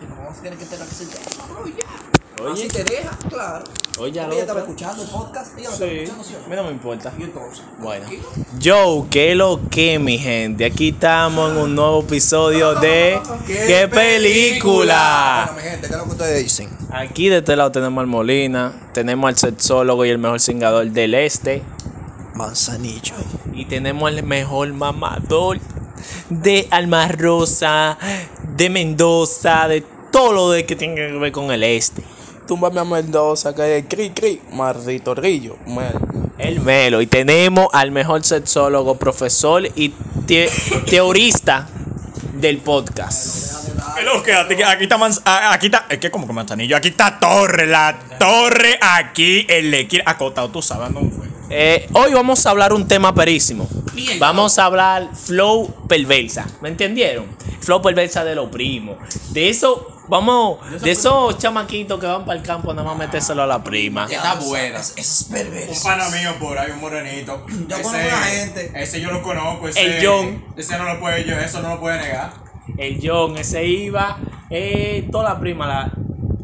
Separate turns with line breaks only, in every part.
vamos a tener que tener que sentar. No, bro, ya. Oh, Así
Oye,
te deja, claro.
oye,
Ella
loco.
estaba escuchando el podcast, ella lo estaba
Sí,
escuchando, ¿sí o
a
no?
mí no me importa.
Y entonces,
Bueno.
¿qué?
Yo, ¿qué lo que, mi gente? Aquí estamos en un nuevo episodio de ¿Qué película?
Bueno, mi gente, ¿qué es lo que ustedes dicen?
Aquí de este lado tenemos al Molina, tenemos al sexólogo y el mejor cingador del este,
Manzanillo.
y tenemos al mejor mamador de Alma Rosa, de Mendoza, de todo lo de que tenga que ver con el este.
Túmbame a Mendoza, que es cri cri, maldito rillo. Mel.
El Melo. Y tenemos al mejor sexólogo, profesor y te- teorista del podcast.
¿Qué lo que? Aquí, aquí está Manz- a- Aquí está. Es que como que manzanillo. Aquí está Torre. La Torre aquí. El equipo acotado. Tú sabes dónde fue.
Eh, hoy vamos a hablar un tema perísimo.
Mierda.
Vamos a hablar flow perversa. ¿Me entendieron? Flow perversa de los primos. De eso, pues. vamos, de esos chamaquitos que van para el campo, nada más metérselo a la prima.
Está buena.
Ese es
Un
perverso.
pana mío por ahí, un morenito.
Yo conozco una gente.
Ese yo lo conozco. Ese,
El John.
Ese no lo puede yo. Eso no lo puede negar.
El John, ese iba, eh, toda la prima la,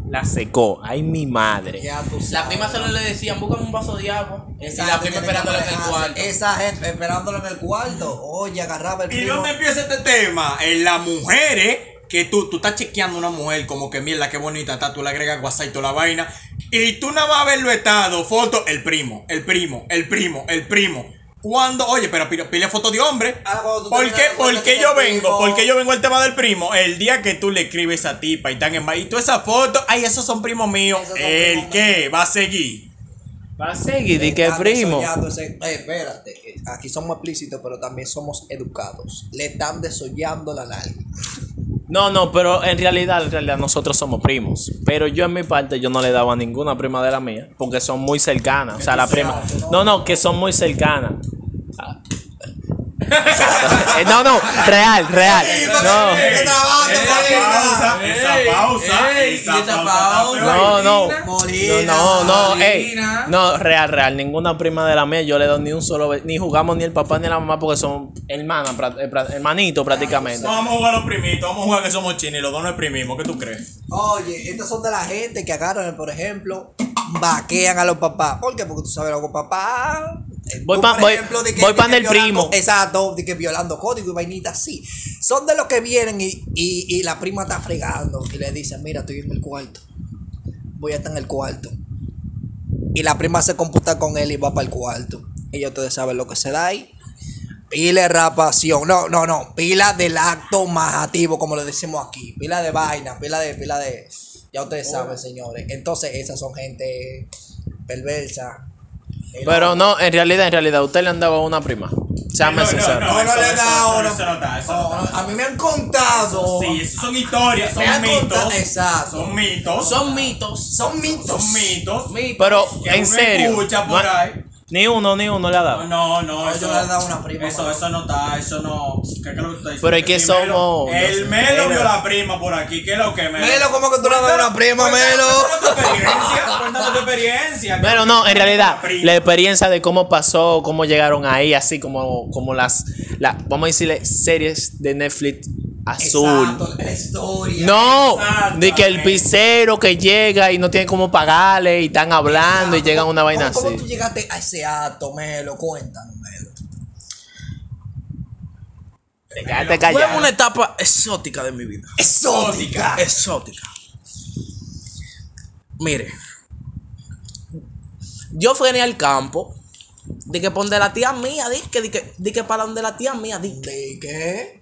la secó. Ay, mi madre.
Ya tú
La
sabes.
prima solo le decían, búscame un vaso de agua.
Esa
y la
gente
prima
tiene que
esperándole en el
manejarse.
cuarto.
Esa gente esperándolo en el cuarto. Oye, agarraba el
¿Y
primo.
dónde empieza este tema? En las mujeres, que tú, tú estás chequeando una mujer como que mierda, qué bonita está, tú le agregas WhatsApp y toda la vaina. Y tú nada más verlo estado, foto, el primo, el primo, el primo, el primo. Cuando, oye, pero pide, foto de hombre.
Ah, cuando tú
¿Por
te
qué,
das
por
cuenta
qué
que es
yo
el
vengo?
primo?
¿Por qué yo vengo al tema del primo? El día que tú le escribes a tipa y tan en y tú esa foto, ay, esos son primos míos.
Esos son
¿El
primos
qué? ¿Va a seguir?
Va a seguir, di que
Están
primo.
desollando ese- eh, espérate, eh, aquí somos explícitos, pero también somos educados. Le están desollando la nalga.
No, no, pero en realidad, en realidad nosotros somos primos. Pero yo en mi parte yo no le daba a ninguna prima de la mía, porque son muy cercanas. O sea, la prima. No, no, que son muy cercanas. Ah. Eh, No, no, real, real.
Ey,
No,
esa pausa, esa pausa,
ey,
esa
esa
pausa.
pausa.
no, no.
Molina.
No, no, no, ey,
Molina.
no, real, real, ninguna prima de la mía, yo le doy ni un solo, be- ni jugamos ni el papá ni la mamá porque son hermanas, prá- eh, prá- hermanitos prácticamente.
No vamos a jugar a los primitos, vamos a jugar que somos chinos y los dos nos primimos, ¿qué tú crees?
Oye, estas son de la gente que agarran, por ejemplo, vaquean a los papás. ¿Por qué? Porque tú sabes, los papás. eh,
Voy
tú,
pa-
por
voy-
ejemplo, de que-
voy
de
pan
que
del
violando-
primo.
Exacto, de que violando código y vainitas así. Son de los que vienen y, y, y la prima está fregando y le dicen, mira, estoy en el cuarto. Voy a estar en el cuarto. Y la prima se computa con él y va para el cuarto. Y ya ustedes saben lo que se da ahí. Pila de rapación. No, no, no. Pila del acto majativo, como le decimos aquí. Pila de vaina, pila de, pila de. Ya ustedes saben, señores. Entonces, esas son gente perversa.
Pero no, en realidad, en realidad, usted le andaba a una prima. Seame
No, no,
sincero.
no.
No, no,
eso-
le
eso-
da
eso-
ahora.
eso no está, eso no
Oh, a mí me han contado.
Sí, eso son historias,
Me
son
han contado.
mitos.
Exacto.
Son mitos.
Son mitos.
Son mitos.
Son mitos.
Mitos.
Pero,
que
en
uno
serio.
escucha
no
por
ha-
ahí.
Ni uno, ni uno le ha dado.
No, no,
Ay,
eso
yo le he dado una prima,
Eso,
mano.
eso no está, eso no. ¿Qué es lo que tú estás
Pero es que
diciendo? Sí, Melo.
somos-
El
no sé.
Melo vio
Melo.
la prima por aquí, ¿qué es lo que Melo?
Melo, ¿cómo que tú le has dado una prima, Melo?
Cuéntanos- Cuéntanos tu experiencia, cuéntanos tu experiencia.
Pero no, en realidad,
Prima.
la experiencia de cómo pasó, cómo llegaron ahí, así como, como las, la- vamos a decirle, series de Netflix azul.
Exacto, la historia.
No,
Exactamente.
de que el pizzero que llega y no tiene cómo pagarle y están hablando y llegan a una vaina
¿Cómo,
así.
¿Cómo tú llegaste a ese acto, Melo? Cuéntanos, Melo.
Te quedaste
Fue
callado.
una etapa exótica de mi vida.
Exótica.
Exótica. Mire. Yo fui al campo. De que por donde la tía mía, di que, di que, di que para donde la tía mía, di que.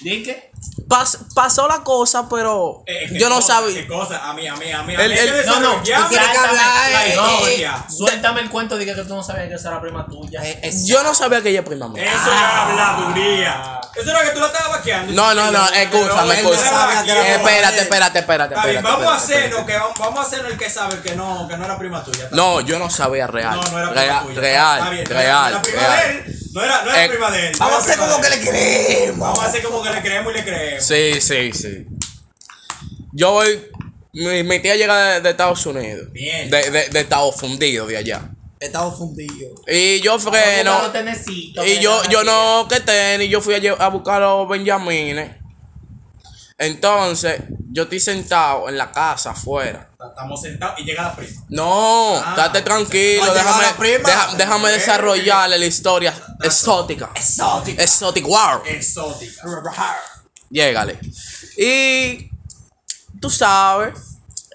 ¿De qué?
Pas- pasó la cosa, pero
Eh, eh,
yo no
cosa,
sabía.
¿Qué cosa? A mí, a mí, a mí. a
El-
eh,
mí,
el-
yo
no, no,
desarrollaba
tú tienes que hablar,
la
eh, eh,
historia.
Suéltame el cuento, diga que tú no sabías que esa era prima tuya. Eh,
Eh, es-
Yo no sabía que ella es prima mía.
Eso era habladuría. Eso era que tú la estabas vaqueando.
Ah. No, no,
eh,
no, escúchame,
Pero él no
escúchame.
sabe a qué hora
Espérate,
es.
espérate, espérate, espérate.
Está bien, vamos a
espérate, espérate.
hacerlo, que vamos, vamos a hacerlo el que sabe que no, que no era prima tuya. Está
No, yo no sabía real.
bien. No, no era prima
real,
tuya. Está
real,
bien, no era-
real,
no era prima
real.
de él. No era, no era
Eh,
prima de él. no
Vamos a
era
hacer
prima
como
de
que
él.
le creemos.
Vamos a hacer como que le creemos y le creemos.
Sí, sí, sí. Yo voy. Mi, mi tía llega de, de Estados Unidos.
Bien.
De, de, de Estados Fundidos, de allá.
Estamos fundidos.
Y yo freno. Y yo, yo no, que tenis. Yo fui a, lle- a buscar a los Benjamines. Entonces, yo estoy sentado en la casa afuera.
Estamos sentados y llega la prima.
No,
Ah.
date tranquilo,
Oye,
déjame,
la prima.
deja- déjame
Eh.
desarrollarle la historia exótica.
Exótica.
Exótica, wow.
Exótica.
Llégale. Y tú sabes,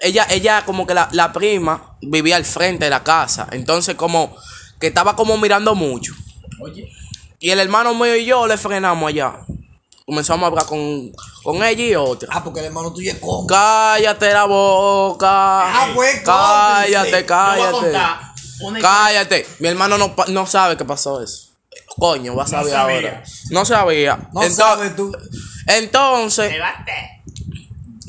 ella, ella como que la, la prima vivía al frente de la casa. Entonces como que estaba como mirando mucho.
Oye.
Y el hermano mío y yo le frenamos allá. Comenzamos a hablar con, con ella y otra.
Ah, porque el hermano tuyo es con.
Cállate la boca.
Ah, pues,
cállate,
cómplice.
Yo voy a
cállate.
contar una
Cállate. Mi hermano no, pa- no sabe qué pasó eso. Coño, va a saber
sabía.
ahora. No sabía.
No
Ento-
sabes tú.
Entonces,
Debate.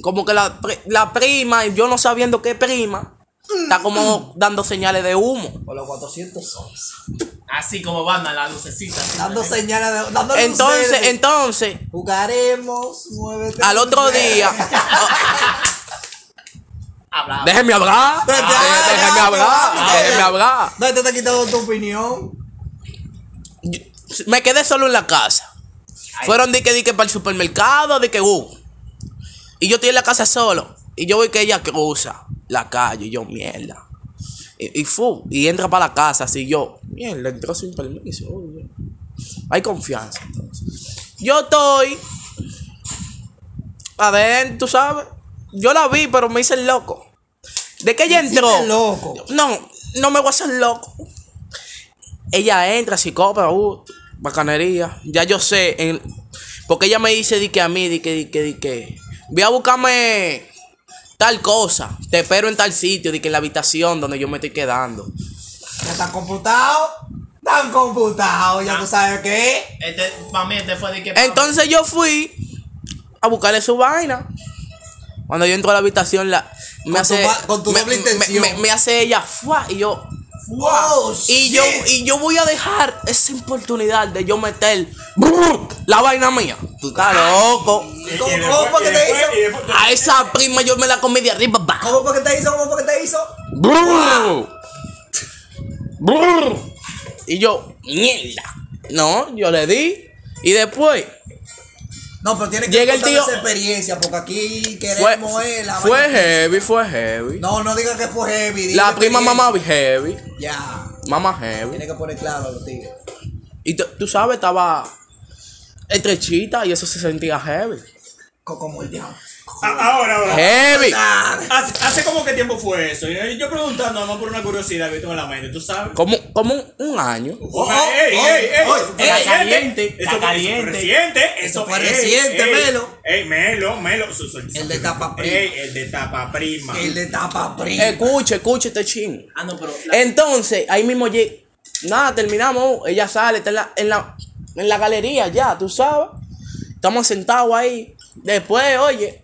como que la, pri- la prima, y yo no sabiendo qué prima, está como dando señales de humo.
Por los 411.
Así como van a la lucecita. así.
Dando señales de. Dando
Entonces, entonces,
Jugaremos. Muévete.
al otro día.
Hablaba.
déjeme hablar.
Pero te-
Eh, déjeme
ah,
hablar.
ah,
Déjeme
ah,
hablar.
No, te está quitando tu opinión.
Yo- me quedé solo en la casa. Fueron de que, de que para el supermercado, de que uh. Y yo estoy en la casa solo. Y yo voy que ella cruza la calle. Y yo, mierda. Y, y fu, y entra para la casa. Así yo, mierda, entró sin permiso. oh, yeah. Hay confianza. Entonces. Yo estoy. A ver, tú sabes. Yo la vi, pero me hice el loco. De que ella entró.
Hiciste Este loco.
No, no me voy a hacer loco. Ella entra, así cobra, uh, bacanería. Ya yo sé. en- porque ella me dice di que a mí, di que, di que, di que. Voy a buscarme tal cosa. Te espero en tal sitio, di que en la habitación donde yo me estoy quedando.
Ya están computados. Están computados. Ya tú sabes qué.
Este, para mí, este fue de que.
Entonces yo fui a buscarle su vaina. Cuando yo entro a la habitación, la, me
Con tu
hace.
va- con tu
me-
doble
me-
intención.
me- me hace ella, fuá, y yo.
Wow.
Y yo, y yo voy a dejar esa oportunidad de yo meter brr, la vaina mía. Tú estás loco.
¿Cómo, cómo fue que te hizo?
A esa prima yo me la comí de arriba abajo.
¿Cómo fue que te hizo? ¿Cómo fue que te hizo?
Brr. Brr. Y yo, mierda. No, yo le di. Y después
No, pero tienes que
Llega el
contar
tío-
esa experiencia porque aquí
fue,
queremos eh, la
fue
vaina.
heavy, fue heavy.
No, no digas que fue heavy. di
la
que
prima
experiencia.
mamá heavy.
Ya.
Mamá heavy.
Tienes que poner claro a los tigres.
Y tú- tú sabes, estaba estrechita y eso se sentía heavy.
Co- Como el diablo.
Ah, Ahora, ahora.
Heavy.
¿Hace, hace como que tiempo fue eso? Yo, yo preguntando, nomás por una curiosidad que tengo en la mente, ¿tú sabes?
Como, como un, un año.
Oh, ey, ey, ey,
oh,
eso fue
está
reciente,
caliente,
eso
está
fue-
caliente.
Eso fue reciente.
Eso
Eso
fue
ey,
reciente,
ey,
Melo.
Ey, Melo, Melo. su- su-
El de tapa prima.
Ey, el de tapa prima.
Él le tapa prima.
Escuche, escuche este ching.
Ah, no, pero.
Eh,
la-
Entonces, ahí mismo llega. Nada, terminamos. Ella sale, está en la, en la, en la galería ya, tú sabes. Estamos sentados ahí. Después, oye.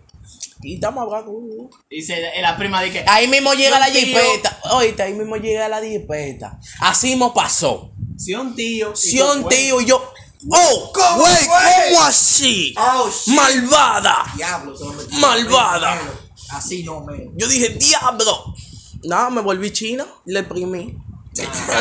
Y estamos hablando. uh, uh.
Dice eh, la prima de que.
Ahí mismo llega
Yo
la
tío.
jipeta. Oíste, ahí mismo llega la jipeta. Así nos pasó.
Si un tío.
Si un tío y yo. ¡Oh!
¿Cómo
güey,
fue?
¿Cómo así?
Oh, shit.
¡Malvada!
Diablo, se lo metió.
Malvada.
Melo. Así no, Melo.
Yo dije, ¡diablo! Nada, me volví china. Le imprimí.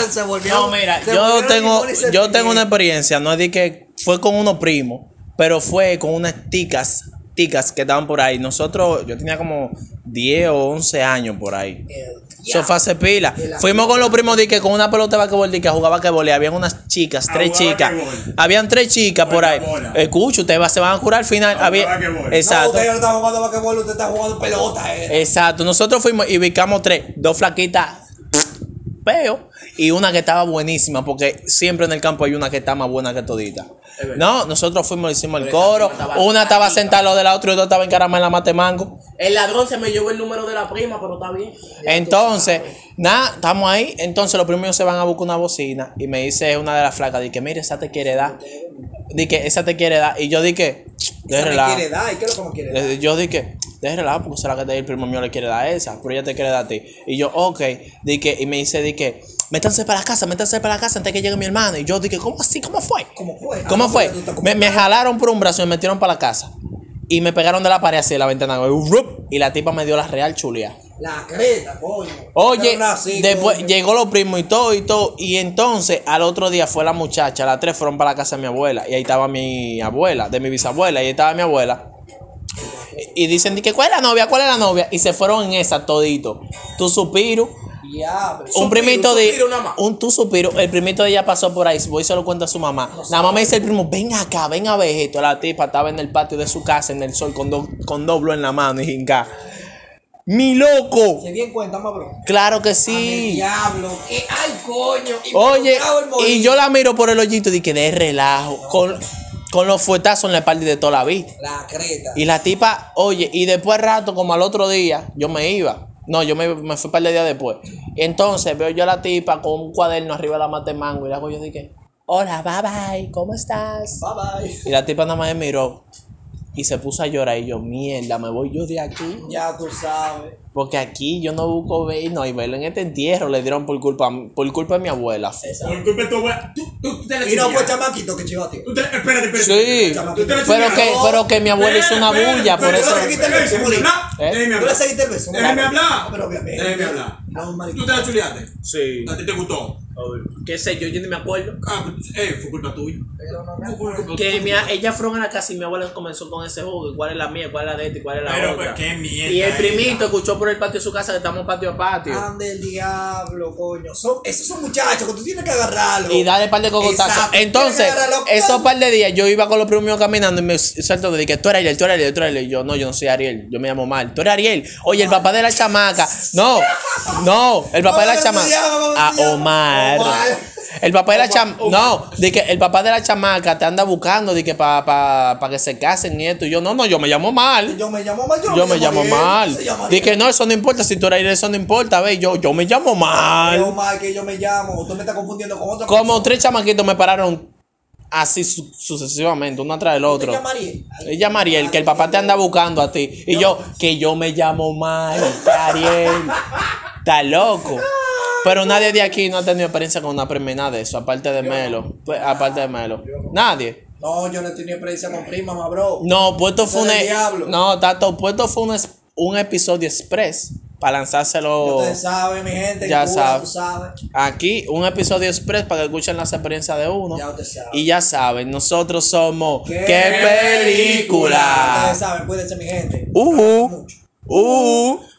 se volvió.
No, mira,
se
yo
volvió
tengo,
limón y se
yo tengo una
pimienta.
experiencia, no es de que fue con unos primos, pero fue con unas ticas, ticas que estaban por ahí. Nosotros, yo tenía como 10 o 11 años por ahí.
El
Eso fue hace pila.
De la-
Fuimos con los primos de que con una pelota de basquetbol de que jugaba que volea. Habían unas chicas,
A
tres
jugar
chicas.
basquetbol.
Habían tres chicas por
Buena
ahí.
bola.
Escucha, ustedes va- se van a curar al final.
A
Había-
jugar basquetbol.
No,
exacto.
usted no está jugando basquetbol, usted está jugando pelota. eh.
Exacto, nosotros fuimos y ubicamos tres, dos flaquitas, peo, y una que estaba buenísima, porque siempre en el campo hay una que está más buena que todita. No, nosotros fuimos, hicimos el
Pero esa
coro,
prima estaba
una estaba
rarita.
sentada al lado de la otra y dos estaba encaramada en la mate mango.
El ladrón se me llevó el número de la prima, pero está bien.
Entonces, nada, estamos ahí, entonces los primeros se van a buscar una bocina y me dice una de las flacas, di que mire, esa te quiere dar, di que esa te quiere dar, y yo di que, de
Esa me
relajo.
quiere dar, ¿y qué es lo que me quiere dar?
Eh, Yo dije, déjela porque será que te- el primo mío le quiere dar esa, pero ella te quiere dar a ti. Y yo, ok, dije, y me dice, dije, métanse para la casa, métanse para la casa antes que llegue mi hermano. Y yo dije, ¿cómo así? ¿Cómo fue?
¿Cómo fue?
¿Cómo
Ah,
fue?
tú te
Me,
compraste.
me jalaron por un brazo y me metieron para la casa. Y me pegaron de la pared así de la ventana. ¡rup! Y la tipa me dio la real chulia.
La creta, coño.
Oye,
Pero nací,
después
coño.
llegó los primos y todo y todo. Y entonces al otro día fue la muchacha, las tres fueron para la casa de mi abuela. Y ahí estaba mi abuela, de mi bisabuela, y ahí estaba mi abuela. Y dicen, di que ¿cuál es la novia? ¿Cuál es la novia? Y se fueron en esa todito. Tu suspiro.
Diablo.
un primito
un
de.
suspiro nada más.
Un tu suspiro. El primito de ella pasó por ahí. Voy y se lo cuenta a su mamá. la mamá dice el primo, ven acá, ven a ver esto. La tipa estaba en el patio de su casa, en el sol, con, do- con doblo en la mano y jinca. ¡Mi loco!
Se di en cuenta, cabrón.
Claro que sí.
Diablo. ¿Qué? Ay, coño.
Oye,
Involucrado el
y
morillo.
yo la miro por el hoyito y dije, de relajo. Con, con los fuetazos en la espalda y de toda la vida.
La creta.
Y la tipa, oye, y después rato, como al otro día, yo me iba. No, yo me, me fui un par de días después. Entonces veo yo a la tipa con un cuaderno arriba de la mate mango y la hago yo dije, hola, bye bye, ¿cómo estás?
Bye bye.
Y la tipa nada más me miró y se puso a llorar y yo, mierda, me voy yo de aquí.
Ya tú sabes.
Porque aquí yo no busco ver, no, y verlo en este entierro le dieron por culpa, por culpa de mi abuela.
Por culpa de tu abuela. Tú, tú, tú te la
Y no pues, fue
chingaste.
chamaquito que chivaste.
Tú te- Espérate, espérate.
Sí,
chamaquito.
Tú te la
pero que,
chingaste.
pero que mi abuela hizo una
Espérate,
bulla, por
espérate,
eso.
espérate, espérate,
Déjeme
espérate,
hablar.
Déjeme
Tú le
hablar.
seguiste el beso.
Déjeme hablar.
Pero obviamente.
Déjeme hablar.
No,
Tú
maldito.
te la chuleaste.
Sí.
A ti te gustó.
¿Qué sé yo? Yo ni me acuerdo.
Ah, pues, eh, fue culpa tuya.
Pero no me
Fue
acuerdo.
culpa
Que
tuya.
mi, ella fueron a la casa y mi abuela comenzó con ese juego. ¿Cuál es la mía? ¿Cuál es la de este? ¿Cuál es la
Pero,
otra?
pero, qué mierda
y el
era.
primito escuchó por el patio de su casa que estamos patio a patio.
Ah.
Ande el diablo, coño. Son, esos son muchachos que tú tienes que agarrarlos.
Y darle par de cogotazos.
Exacto.
Entonces,
Tienes que agarrarlo.
esos par de días yo iba con los primos míos caminando y me salto de que tú eres Ariel, tú eres Ariel, tú eres Ariel. Y yo, no, yo no soy Ariel, yo me llamo Mal. Tú eres Ariel. Oye, el papá de la chamaca. No, no, el papá de la
Mamá, ¿cómo
chamaca.
se llama? ¿Cómo se
A
llama?
Omar.
Omar.
El papá de la chamaca. No, de que el papá de la chamaca te anda buscando de que para pa, pa que se casen y esto. Y yo, no, no, yo me llamo Mal.
Yo me llamo mal. Yo, no
Yo me llamo
bien.
Mal.
Se llama
Dije,
bien.
no, eso no importa. Si tú eres Ariel, eso no importa. Ve, yo, yo me llamo Mal.
Yo mal que yo me llamo. Tú me estás confundiendo con otra.
Como tres chamaquitos me pararon así su- sucesivamente, uno atrás del otro.
persona. Te llamaría.
Ella Mariel, que el papá te anda buscando a ti. Y yo, que yo me llamo Mal, Ariel. Está loco. Pero nadie de aquí no ha tenido experiencia con una prima de eso, aparte de Melo. Pues, aparte de Melo. Nadie.
No, yo no he tenido experiencia con prima, ma, bro.
No, pues esto fue un.
Eso es
e-
diablo.
No, Tato, pues esto fue un, es- un episodio express para lanzárselo.
Ustedes saben, mi gente.
Ya
en Cuba,
sabe.
Tú sabes.
Aquí un episodio express para que escuchen las experiencias de uno.
Ya usted sabe.
Y ya saben, nosotros somos ¡Qué,
película!
película! Uh-huh.
Ustedes saben, cuídense, mi gente.
Uh, uh, uh.